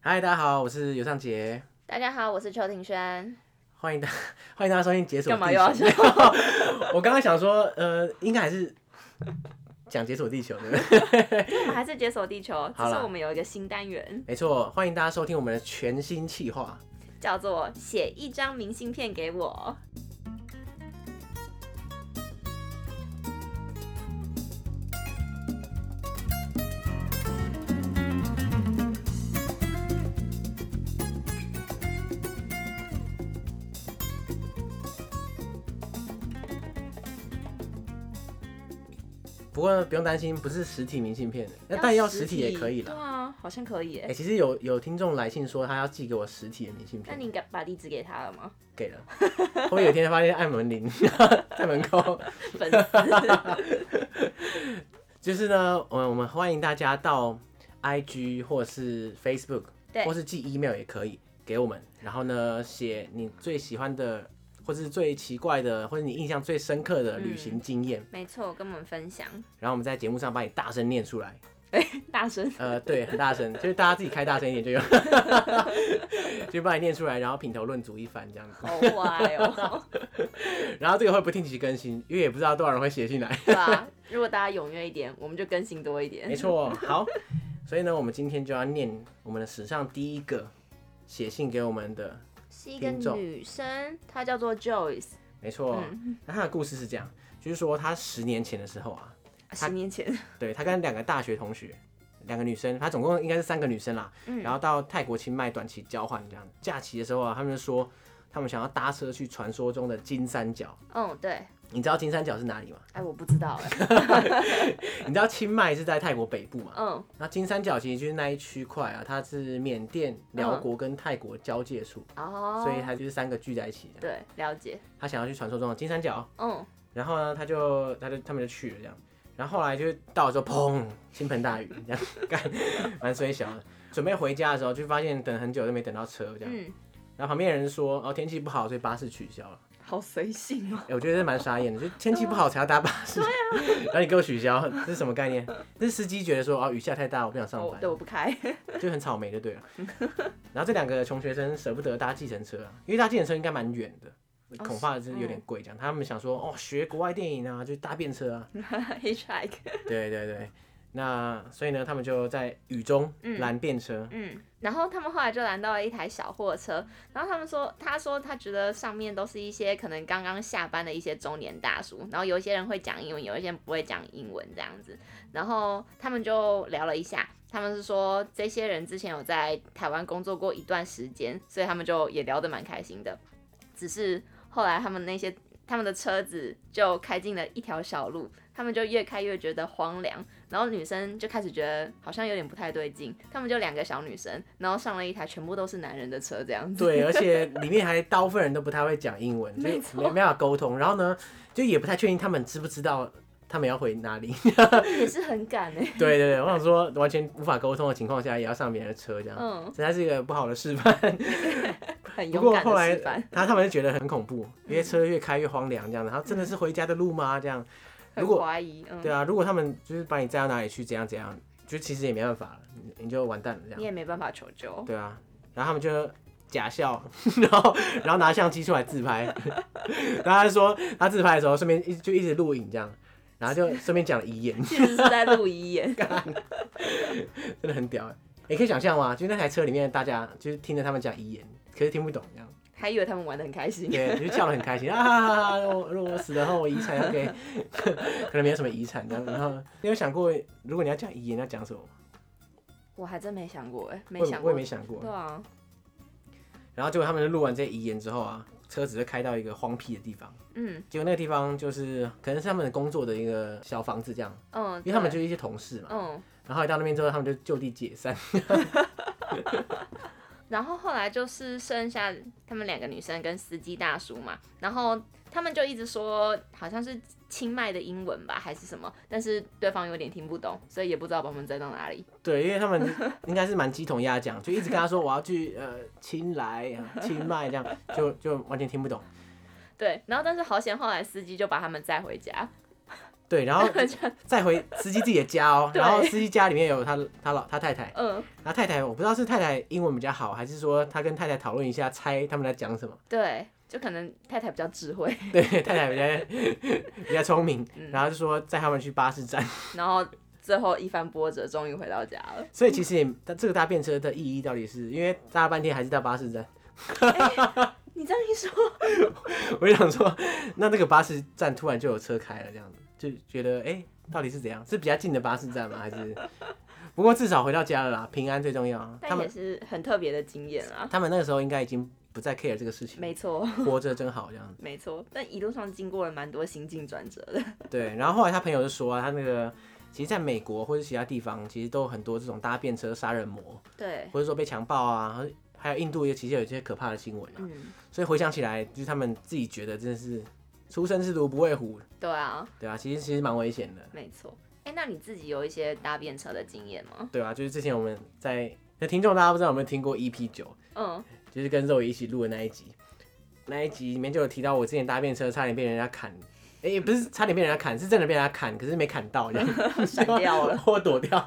嗨，大家好，我是尤尚杰，大家好，我是邱庭轩。欢迎大 欢迎大家收听《解锁干嘛地又要球》我刚刚想说，呃，应该还是讲《解锁地球》对不对？ 我们还是解锁地球，只 好是啦我们有一个新单元， 没错，欢迎大家收听我们的全新企划。叫做“写一张明信片给我不过不用担心，不是实体明信片，”。那要但要实体也可以对啦。啊，好像可以哎、耶。其实有有听众来信说他要寄给我实体的明信那片，你敢把地址给他了 吗？给了。会不会有一天发现按门铃 在门口？粉丝就是呢，呃我们我们欢迎大家到 IG 或是 Facebook，对或是寄 email 也可以给我们。然后呢，写你最喜欢的，或是最奇怪的，或者你印象最深刻的旅行经验，没错，跟我们分享，然后我们在节目上帮你大声念出来。 大声哎呃，对，很大声，就是大家自己开大声一点就有，就帮你念出来，然后品头论足一番这样子。好 坏哦，然后这个会不定期更新，因为也不知道多少人会写进来。对吧？如果大家踊跃一点，我们就更新多一点没。错，好，所以呢，我们今天就要念我们的史上第一个写信给我们的，是一个听众女生，她叫做 Joyce，没错。嗯那他的故事是这样，就是说他十年前的时候啊，她十年前， 对他跟两个大学同学，两个女生，他总共应该是三个女生啦，嗯然后到泰国清迈短期交换这样。假期的时候啊，他们就说他们想要搭车去传说中的金三角。嗯，对，你知道金三角是哪 里吗？哎，我不知道哎，你知道清迈是在泰国北部嘛？嗯，那金三角其实就是那一区块啊，它是缅甸、辽国跟泰国交界处。所以哦，他就是三个聚在一起的。对，了解，他想要去传说中的金三角，嗯，然后呢，他就他就他们就去了这样，然后后来就到了之后，砰，倾盆大雨，这样 干，蛮衰小的。准备回家的时候，就发现等很久都没等到车，这样。嗯，然后旁边的人说，哦，天气不好，所以巴士取消了。好随性哦。哎、我觉得这蛮傻眼的，就天气不好才要搭巴士，啊然后你给我取消，这是什么概念？这是司机觉得说，哦，雨下太大，我不想上哦，班对，，我不开。 就很草莓就对了。然后这两个穷学生舍不得搭计程车啊，因为搭计程车应该蛮远的，恐怕是有点贵这样。他们想说，哦，学国外电影啊，就搭便车啊。 hitchhike，对对对，那所以呢，他们就在雨中嗯拦便车。嗯，然后他们后来就拦到了一台小货车，然后他们说，他说他觉得上面都是一些可能刚刚下班的一些中年大叔，然后有一些人会讲英文，有一些人不会讲英文这样子，然后他们就聊了一下，他们是说这些人之前有在台湾工作过一段时间，所以他们就也聊得蛮开心的，只是后来他们那些。他们的车子就开进了一条小路，他们就越开越觉得荒凉，然后女生就开始觉得好像有点不太对劲，她们就两个小女生，然后上了一台全部都是男人的车这样子。对，而且里面还大部分人都不太会讲英文，就没没没办法沟通。然后呢，就也不太确定他们知不知道他们要回哪里。 也是很赶哎、对对对，我想说完全无法沟通的情况下，也要上别人的车这样，嗯，实在是一个不好的示范。很不勇过敢后的来示范，他他们就觉得很恐怖，因为车越开越荒凉这样，然后真的是回家的路吗？这样，如嗯很果怀疑，嗯，对啊，如果他们就是把你载到哪里去，怎样怎样，就其实也没办法了，你你就完蛋了这样，你也没办法求 救，对啊，然后他们就假笑， 然后然后拿相机出来自拍， 然后他就说他自拍的时候顺便一就一直录影这样，然后就顺便讲了遗 言，其实是在录遗言，真的很屌欸，你可以想象吗？就那台车里面大家就是听着他们讲遗言，可是听不懂这样。还以为他们玩的很开心。对，你就笑得很开心啊！哈哈哈我如果我死了后，我遗产要给， 可能没有什么遗产这样。然后你有想过，如果你要讲遗言，要讲什么吗？我还真没想过哎、没我也想我过也，没想过对。啊，然后结果他们就录完这些遗言之后啊，车子就开到一个荒僻的地方。嗯结果那个地方就是可能是他们的工作的一个小房子这样，嗯，因为他们对就是一些同事嘛。嗯。然后一到那边之后，他们就就地解散。然后后来就是剩下他们两个女生跟司机大叔嘛，然后他们就一直说好像是清迈的英文吧，还是什么，但是对方有点听不懂，所以也不知道把我们载到哪里。对，因为他们应该是蛮鸡同鸭讲，就一直跟他说我要去呃清莱、啊清迈这样， 就就完全听不懂。对，然后但是好险后来司机就把他们载回家，对， 然后再回司机自己的家哦，对然后司机家里面有他他老他太太，嗯，然后太太我不知道是太太英文比较好，还是说他跟太太讨论一下猜他们在讲什么，对，就可能太太比较智慧， 对，太太比较比较 聪明嗯，然后就说载他们去巴士站，然后最后一番波折，终于回到家了。所以其实也但这个搭便车的意义到底是因为搭了半天还是到巴士站， 你这样一说，我就想说那那个巴士站突然就有车开了这样子，就觉得哎、诶到底是怎样，是比较近的巴士站吗？还是不过至少回到家了啦，平安最重要啊。他但们也是很特别的经验啊。他们那个时候应该已经不再 care 这个事情，没错，活着真好这样子。没错，但一路上经过了蛮多行进转折的。对，然后后来他朋友就说啊，他那个其实在美国或者其他地方，其实都有很多这种搭便车杀人魔，对，或者说被强暴啊，还有印度也其实有一些可怕的新闻啊。嗯，所以回想起来，就是他们自己觉得真的是初生之犊不畏虎，对啊，对啊，其实其实蛮危险的，没错。哎、那你自己有一些搭便车的经验吗？对啊，就是之前我们在那听众大家不知道有没有听过 EP 九，嗯，就是跟肉爷一起录的那一集，那一集里面就有提到我之前搭便车差点被人家砍。哎、也不是差点被人家砍，是真的被人家砍，可是没砍到这样。 闪掉 了。我躲掉，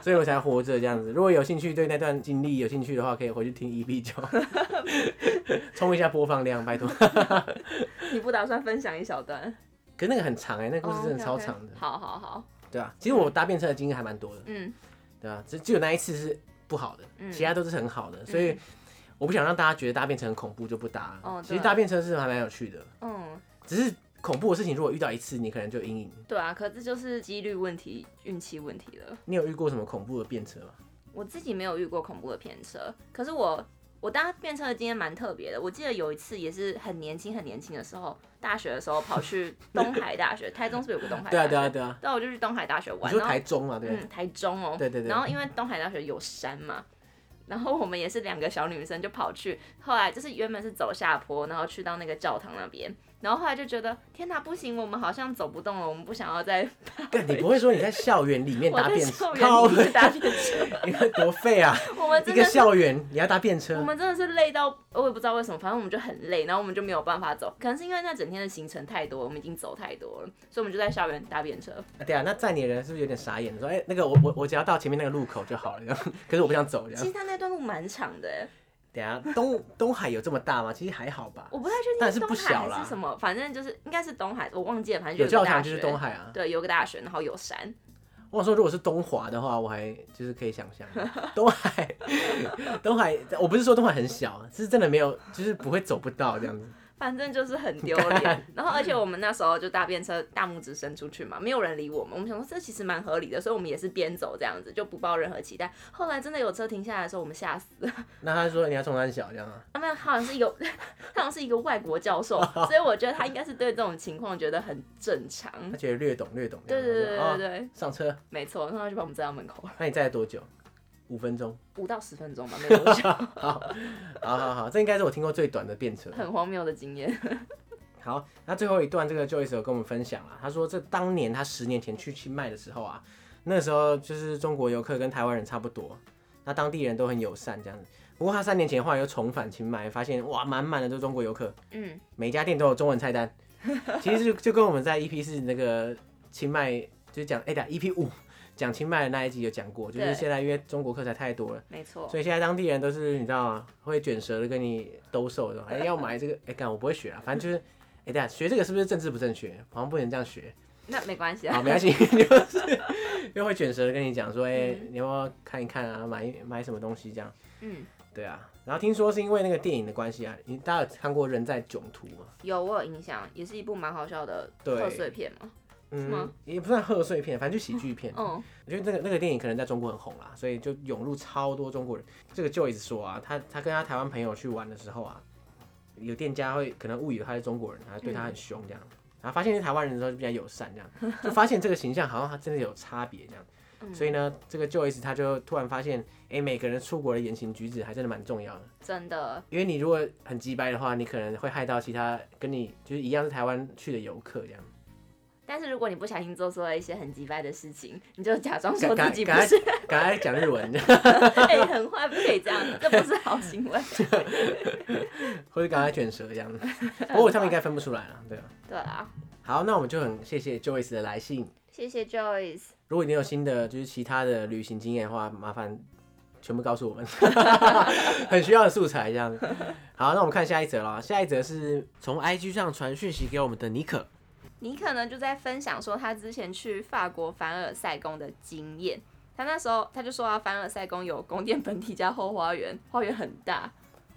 所以我才活着这样子。如果有兴趣对那段经历有兴趣的话，可以回去听 EP 九， 冲一下播放量，拜托。你不打算分享一小段？可是那个很长哎、那故事真的超长的哦 OK，OK 好好好，对啊，其实我搭便车的经验还蛮多的，嗯，对啊，只只有那一次是不好嗯的，其他都是很好的，所以我不想让大家觉得搭便车很恐怖就不搭哦了。对其实搭便车是还蛮有趣的，嗯，只是恐怖的事情如果遇到一次，你可能就有阴影。对啊，可这就是几率问题、运气问题了。你有遇过什么恐怖的便车吗？我自己没有遇过恐怖的片车，可是我我搭便车的经验蛮特别的。我记得有一次也是很年轻很年轻的时候，大学的时候跑去东海 大学，台中是不是有个东海大对啊，学？对啊，对啊。对啊我就去东海大学你玩，说然后台中嘛，对不对嗯台中哦，对对对然后因为东海大学有山嘛。然后我们也是两个小女生就跑去，后来就是原本是走下坡，然后去到那个教堂那边，然后后来就觉得天哪，不行，我们好像走不动了，我们不想要再干，你不会说你在校园里面嗯 我搭在便校车？园靠里面搭便 车，你看多废啊！我们一 真个的校园你要搭便我车，们真的是累到，我也不知道为什么，反正我们就很累，然后我们就没有办法走，可能是因为那整天的行程太多，我们已经走太多了，所以我们就在校园搭便车。啊对啊，那载你的人是不是有点傻眼？说，哎、那个我我我只要到前面那个路口就好了，这样。可是我不想走，这其样。实它那段路蛮长的，等一下东 东海有这么大吗？其实还好吧，我不太确定但是是东不小海啦还是什么，反正就是应该是东海，我忘记了，反正有就教个大堂学，就是东海啊。对，有个大学，然后有山，我想说，如果是东华的话，我还就是可以想象 东海，东海，我不是说东海很小，是真的没有，就是不会走不到这样子。反正就是 很丢脸。然后而且我们那时候就搭便车，大拇指伸出去嘛，没有人理我们。我们想说这其实蛮合理的，所以我们也是边走这样子，就不抱任何期待。后来真的有车停下来的时候，我们吓死了。那他说你要冲山小这样啊？他们好像是一个， 他好像是一个外国教 授，所以我觉得他应该是对这种情况觉得很正 常。他觉得略懂略懂这对样。嗯对对他对说哦对，上车，没错。然后他就把我们载到门口了，那你载了多久？五分钟。五到十分钟吧，没多久，好好好，这应该是我听过最短的便车。很荒谬的 经验。好，那最后一段这个 Joyce 有跟我们分享啊了，他说这当年他十年前去清迈的时候啊，那时候就是中国游客跟台湾人差不多，那当地人都很友善这样子。不过他三年前后来又重返清迈，发现哇，满满的都是中国游客，嗯，每家店都有中文菜单。其实就就跟我们在 EP 四那个清迈，就是讲哎，等 EP 五讲清迈的那一集有讲过，就对是现在因为中国客才太多了。没错。所以现在当地人都是你知道吗？会卷舌的跟你兜售的，哎、要买这个，哎、干我不会学啊，反正就是，哎、等一下学这个是不是政治不正确？好像不能这样学。那没关系啊好，，没关系， 就是又会卷舌的跟你讲说，哎、嗯你要不要看一看啊？买买什么东西这样？嗯，对啊，然后听说是因为那个电影的关系啊，你大家有看过《人在囧途》吗？有我有印象，也是一部蛮好笑的对贺岁片嘛。是吗嗯，也不算贺岁片，反正就喜剧片。 嗯，我觉得那个那个电影可能在中国很红啦，所以就涌入超多中国人。这个 Joyce 说啊，他他跟他台湾朋友去玩的时候啊，有店家会可能误以为他是中国人，然后对他很凶这样，然后发现是台湾人的时候就比较友善这样，就发现这个形象好像他真的有差别这样。嗯所以呢，这个 Joyce 他就突然发现，哎、每个人出国的言行举止还真的蛮重要的。真的，因为你如果很鸡掰的话，你可能会害到其他跟你就是一样是台湾去的游客这 样。但是如果你不小心做错了一些很鸡掰的事情，你就假装说赶赶自己不赶是，赶快讲日文，哎、很坏，不可以这样，这不是好行 为。或者赶快卷舌这样子。不过他们应该分不出来了，对啊。对啊，好，那我们就很谢谢 Joyce 的来信。谢谢 Joyce。如果你有新的就是其他的旅行经验的话，麻烦全部告诉我们， 很需要的素材这样子。好，那我们看下一则了。下一则是从 IG 上传讯息给我们的尼可。尼可呢就在分享说他之前去法国凡尔赛宫的经验。他那时候他就说啊，凡尔赛宫有宫殿本体加后花园，花园很大，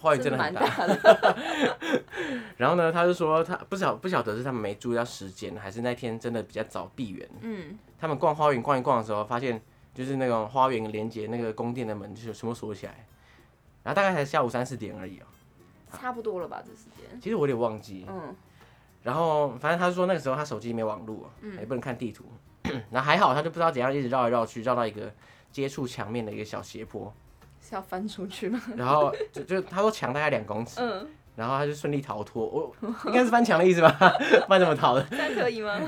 花园真的蛮很大。的。 然后呢，他就说他不晓不晓得是他们没注意到时间，还是那天真的比较早闭园。嗯，他们逛花园逛一逛的时候，发现就是那种花园连接那个宫殿的门就是全部锁起来，然后大概才下午三四点而已哦、差不多了吧，这时 间。其实我有点忘记，嗯，然后反正他说那个时候他手机没网络，也不能看地图， 然后还好他就不知道怎样一直绕来绕去，绕到一个接触墙面的一个小斜坡，是要翻出去吗？然后就就他说墙大概两公尺，嗯，然后他就顺利逃脱，我应该是翻墙的意思吧， 不然怎么逃的？这样可以吗？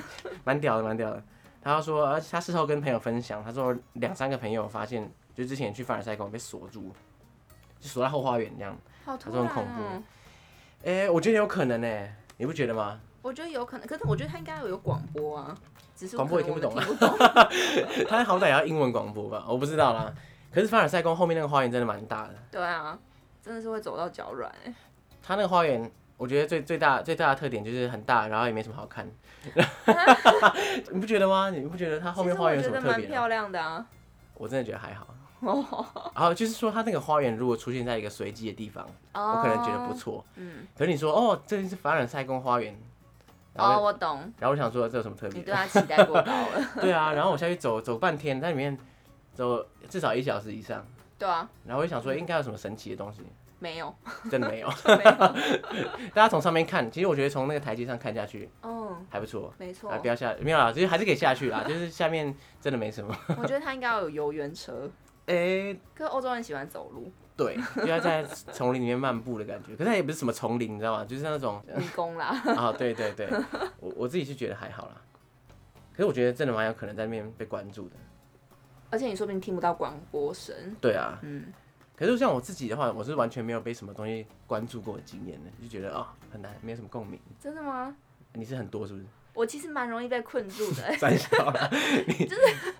蛮屌的，蛮屌的。他说，而且他事后跟朋友分享，他说两三个朋友发现，就之前去凡尔赛宫被锁住，就锁在后花园这样。好突这然种恐怖哦、哎、我觉得有可能哎、你不觉得吗？我觉得有可能，可是我觉得他应该有广播啊，只是广播也可能听我不啊们听不 懂。他好歹也要英文广播吧，我不知道啦。可是凡尔赛宫后面那个花园真的蛮大的，对啊，真的是会走到脚软哎。他那个花园。我觉得最最大最大的特点就是很大，然后也没什么好看， 你不觉得吗？你不觉得它后面花园有其什实么我觉得特蛮别的？漂亮的啊。我真的觉得还好。哦，然后就是说，它那个花园如果出现在一个随机的地方，我我可能觉得不。错。嗯，可是你说哦，这是凡尔赛宫花园，然后、哦，我懂，然后我想说这有什么特你别对的？他期待过高了。 对啊，然后我下去走走半天，在里面走至少一小时以上，对啊，然后我就想说应该有什么神奇的东西，没 有，真的没有。 没有。大家从上面看，其实我觉得从那个台阶上看下去嗯，还不错。没错啊，。不要下，没有啦，就是还是可以下去啦，就是下面真的没 什么。我觉得他应该要有游园车，哎、可是欧洲人喜欢走路，对，就要在丛林里面漫步的感觉，可是它也不是什么丛林，你知道吗？就是那 种迷宫啦。啊，对对对，我我自己是觉得还好啦。可是我觉得真的蛮有可能在那边被关注的。而且你说不定听不到广播声。对啊，嗯，可是像我自己的话，我是完全没有被什么东西关注过的经验的，就觉得啊、很难，没有什么共鸣。真的吗？你是很多 是不是？我其实蛮容易被困住 的、欸三小啊，你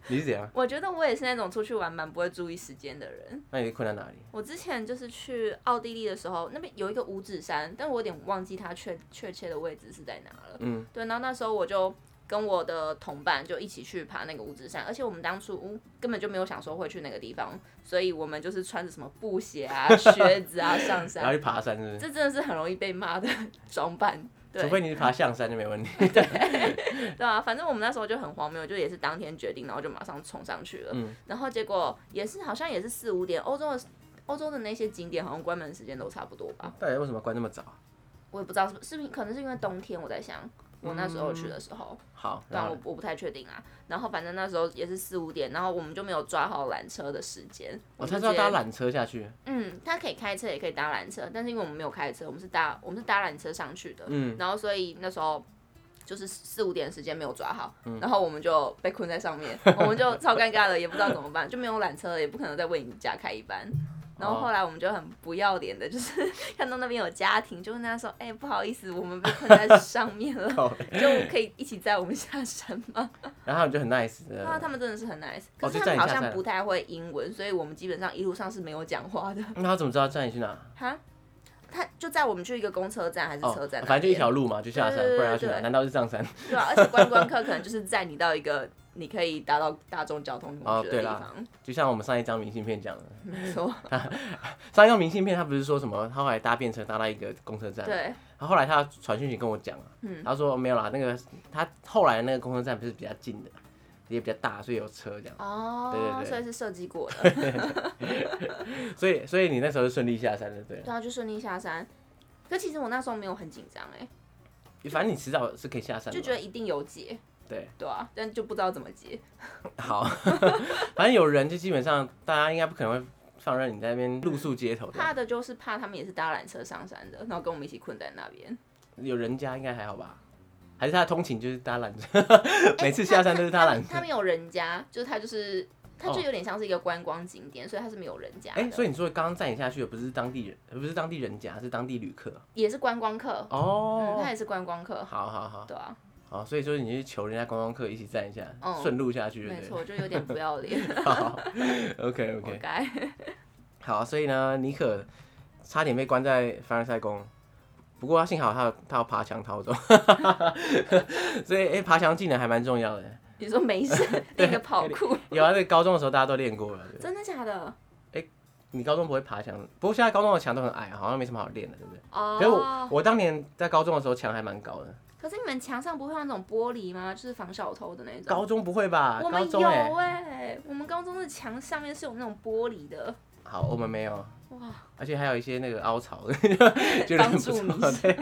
你是怎样？我觉得我也是那种出去玩蛮不会注意时间的人。那你是困在哪里？我之前就是去奥地利的时候，那边有一个五指山，但我有点忘记它确确切的位置是在哪了。嗯，对，然后那时候我就跟我的同伴就一起去爬那个五指山，而且我们当初、嗯根本就没有想说会去那个地方，所以我们就是穿着什么布鞋啊、靴子啊上然后山，去爬山是不这真的是很容易被骂的 装扮。是？除对非你是爬象山就没问题。对啊，反正我们那时候就很荒谬，就也是当天决定，然后就马上冲上去了。嗯然后结果也是好像也是四五点，欧洲的欧洲的那些景点好像关门时间都差不多吧。 到底为什么关那么早？我也不知道是不是不是可能是因为冬天，我在想我那时候去的时候，好，但然我后我不太确定啊。然后反正那时候也是四五点，然后我们就没有抓好缆车的时间。我们才哦知就道直接搭缆车下去。嗯，他可以开车也可以搭缆车，但是因为我们没有开车，我们是搭我们是搭缆车上去的。嗯，然后所以那时候就是四五点的时间没有抓好，嗯然后我们就被困在 上面，我们就超尴尬的，也不知道怎么办，就没有缆车，也不可能再为你家开一班。然哦后后来我们就很不要脸的，就是 看到那边有家庭，就问他说：“哎、不好意思，我们被困在上面了，靠就可以一起载我们下山吗 然后你就很 nice 的。？”啊，他们真的是很 nice，哦可是就他载们你好下像山不太会英文，所以我们基本上一路上是没有讲话的。那他怎么知道载你去哪？哈，他就载我们去一个公车站还是哦车站那边、，反正就一条路嘛，就下山，啊对对对不然要去哪？对难道是上山？ 对啊，而且观光客可能就是载你到一个你可以搭到大众交通工哦具的对地啦方，就像我们上一张明信片讲的，没 错，上一张明信片他不是说什么？他后来搭便车搭到一个公车站，对，然后后来他传讯息跟我讲啊，嗯他说没有啦，那个他后来那个公车站不是比较近的，也比较大，所以有车这样，哦，对对对所以是设计过的，嗯所以所以你那时候就顺利下山了，对了，对啊，就顺利下山。可其实我那时候没有很紧张哎，反正你迟早是可以下山的就嘛，觉得一定有解，对，对啊，但就不知道怎么解。好，反正有人就基本上大家应该不可能会放任你在那边露宿街头的，怕的就是怕他们也是搭缆车上山的，然后跟我们一起困在那边。有人家应该还好吧？还是他的通勤就是搭缆车， 每次下山都是哎他搭缆们他车。们有人家，就是他就是他就哦有点像是一个观光景点，所以他是没有人家的，哎、所以你说刚刚载你下去的不是当地人，不是当地人家，是当地旅客也是观光客，嗯，哦他。也是观光客，好好好，对啊，哦，所以说你去求人家观光客一起站一下嗯，顺、路下去就没对错，了。就有点不要 脸，好，OK 活 OK，该。好，所以呢，尼可差点被关在凡尔赛宫，不过他幸好他有他要爬墙逃走， 所以哎、诶爬墙技能还蛮重要的。你说没事，那个跑酷，有啊，在高中的时候大家都练过了。对真的假的？你高中不会爬墙，不过现在高中的墙都很矮，好像没什么好练的，对不对？可是我哦，我当年在高中的时候墙还蛮高的，可是你们墙上不会有那种玻璃吗？就是防小偷的那种。高中不会吧？我高们中有哎、哎、我们高中的墙上面是有那种玻璃的，好，我们没有，哇，而且还有一些那个凹槽 的，觉得很帮不助错你， 对，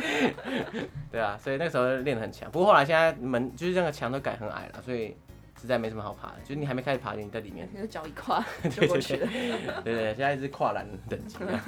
对啊，所以那个时候练得很强。不过后来现在门就是那个墙都改很矮了，所以实在没什么好爬的，就是你还没开始爬，你在里面， 就脚一跨就过去了。对对对，现在是跨栏等级啊。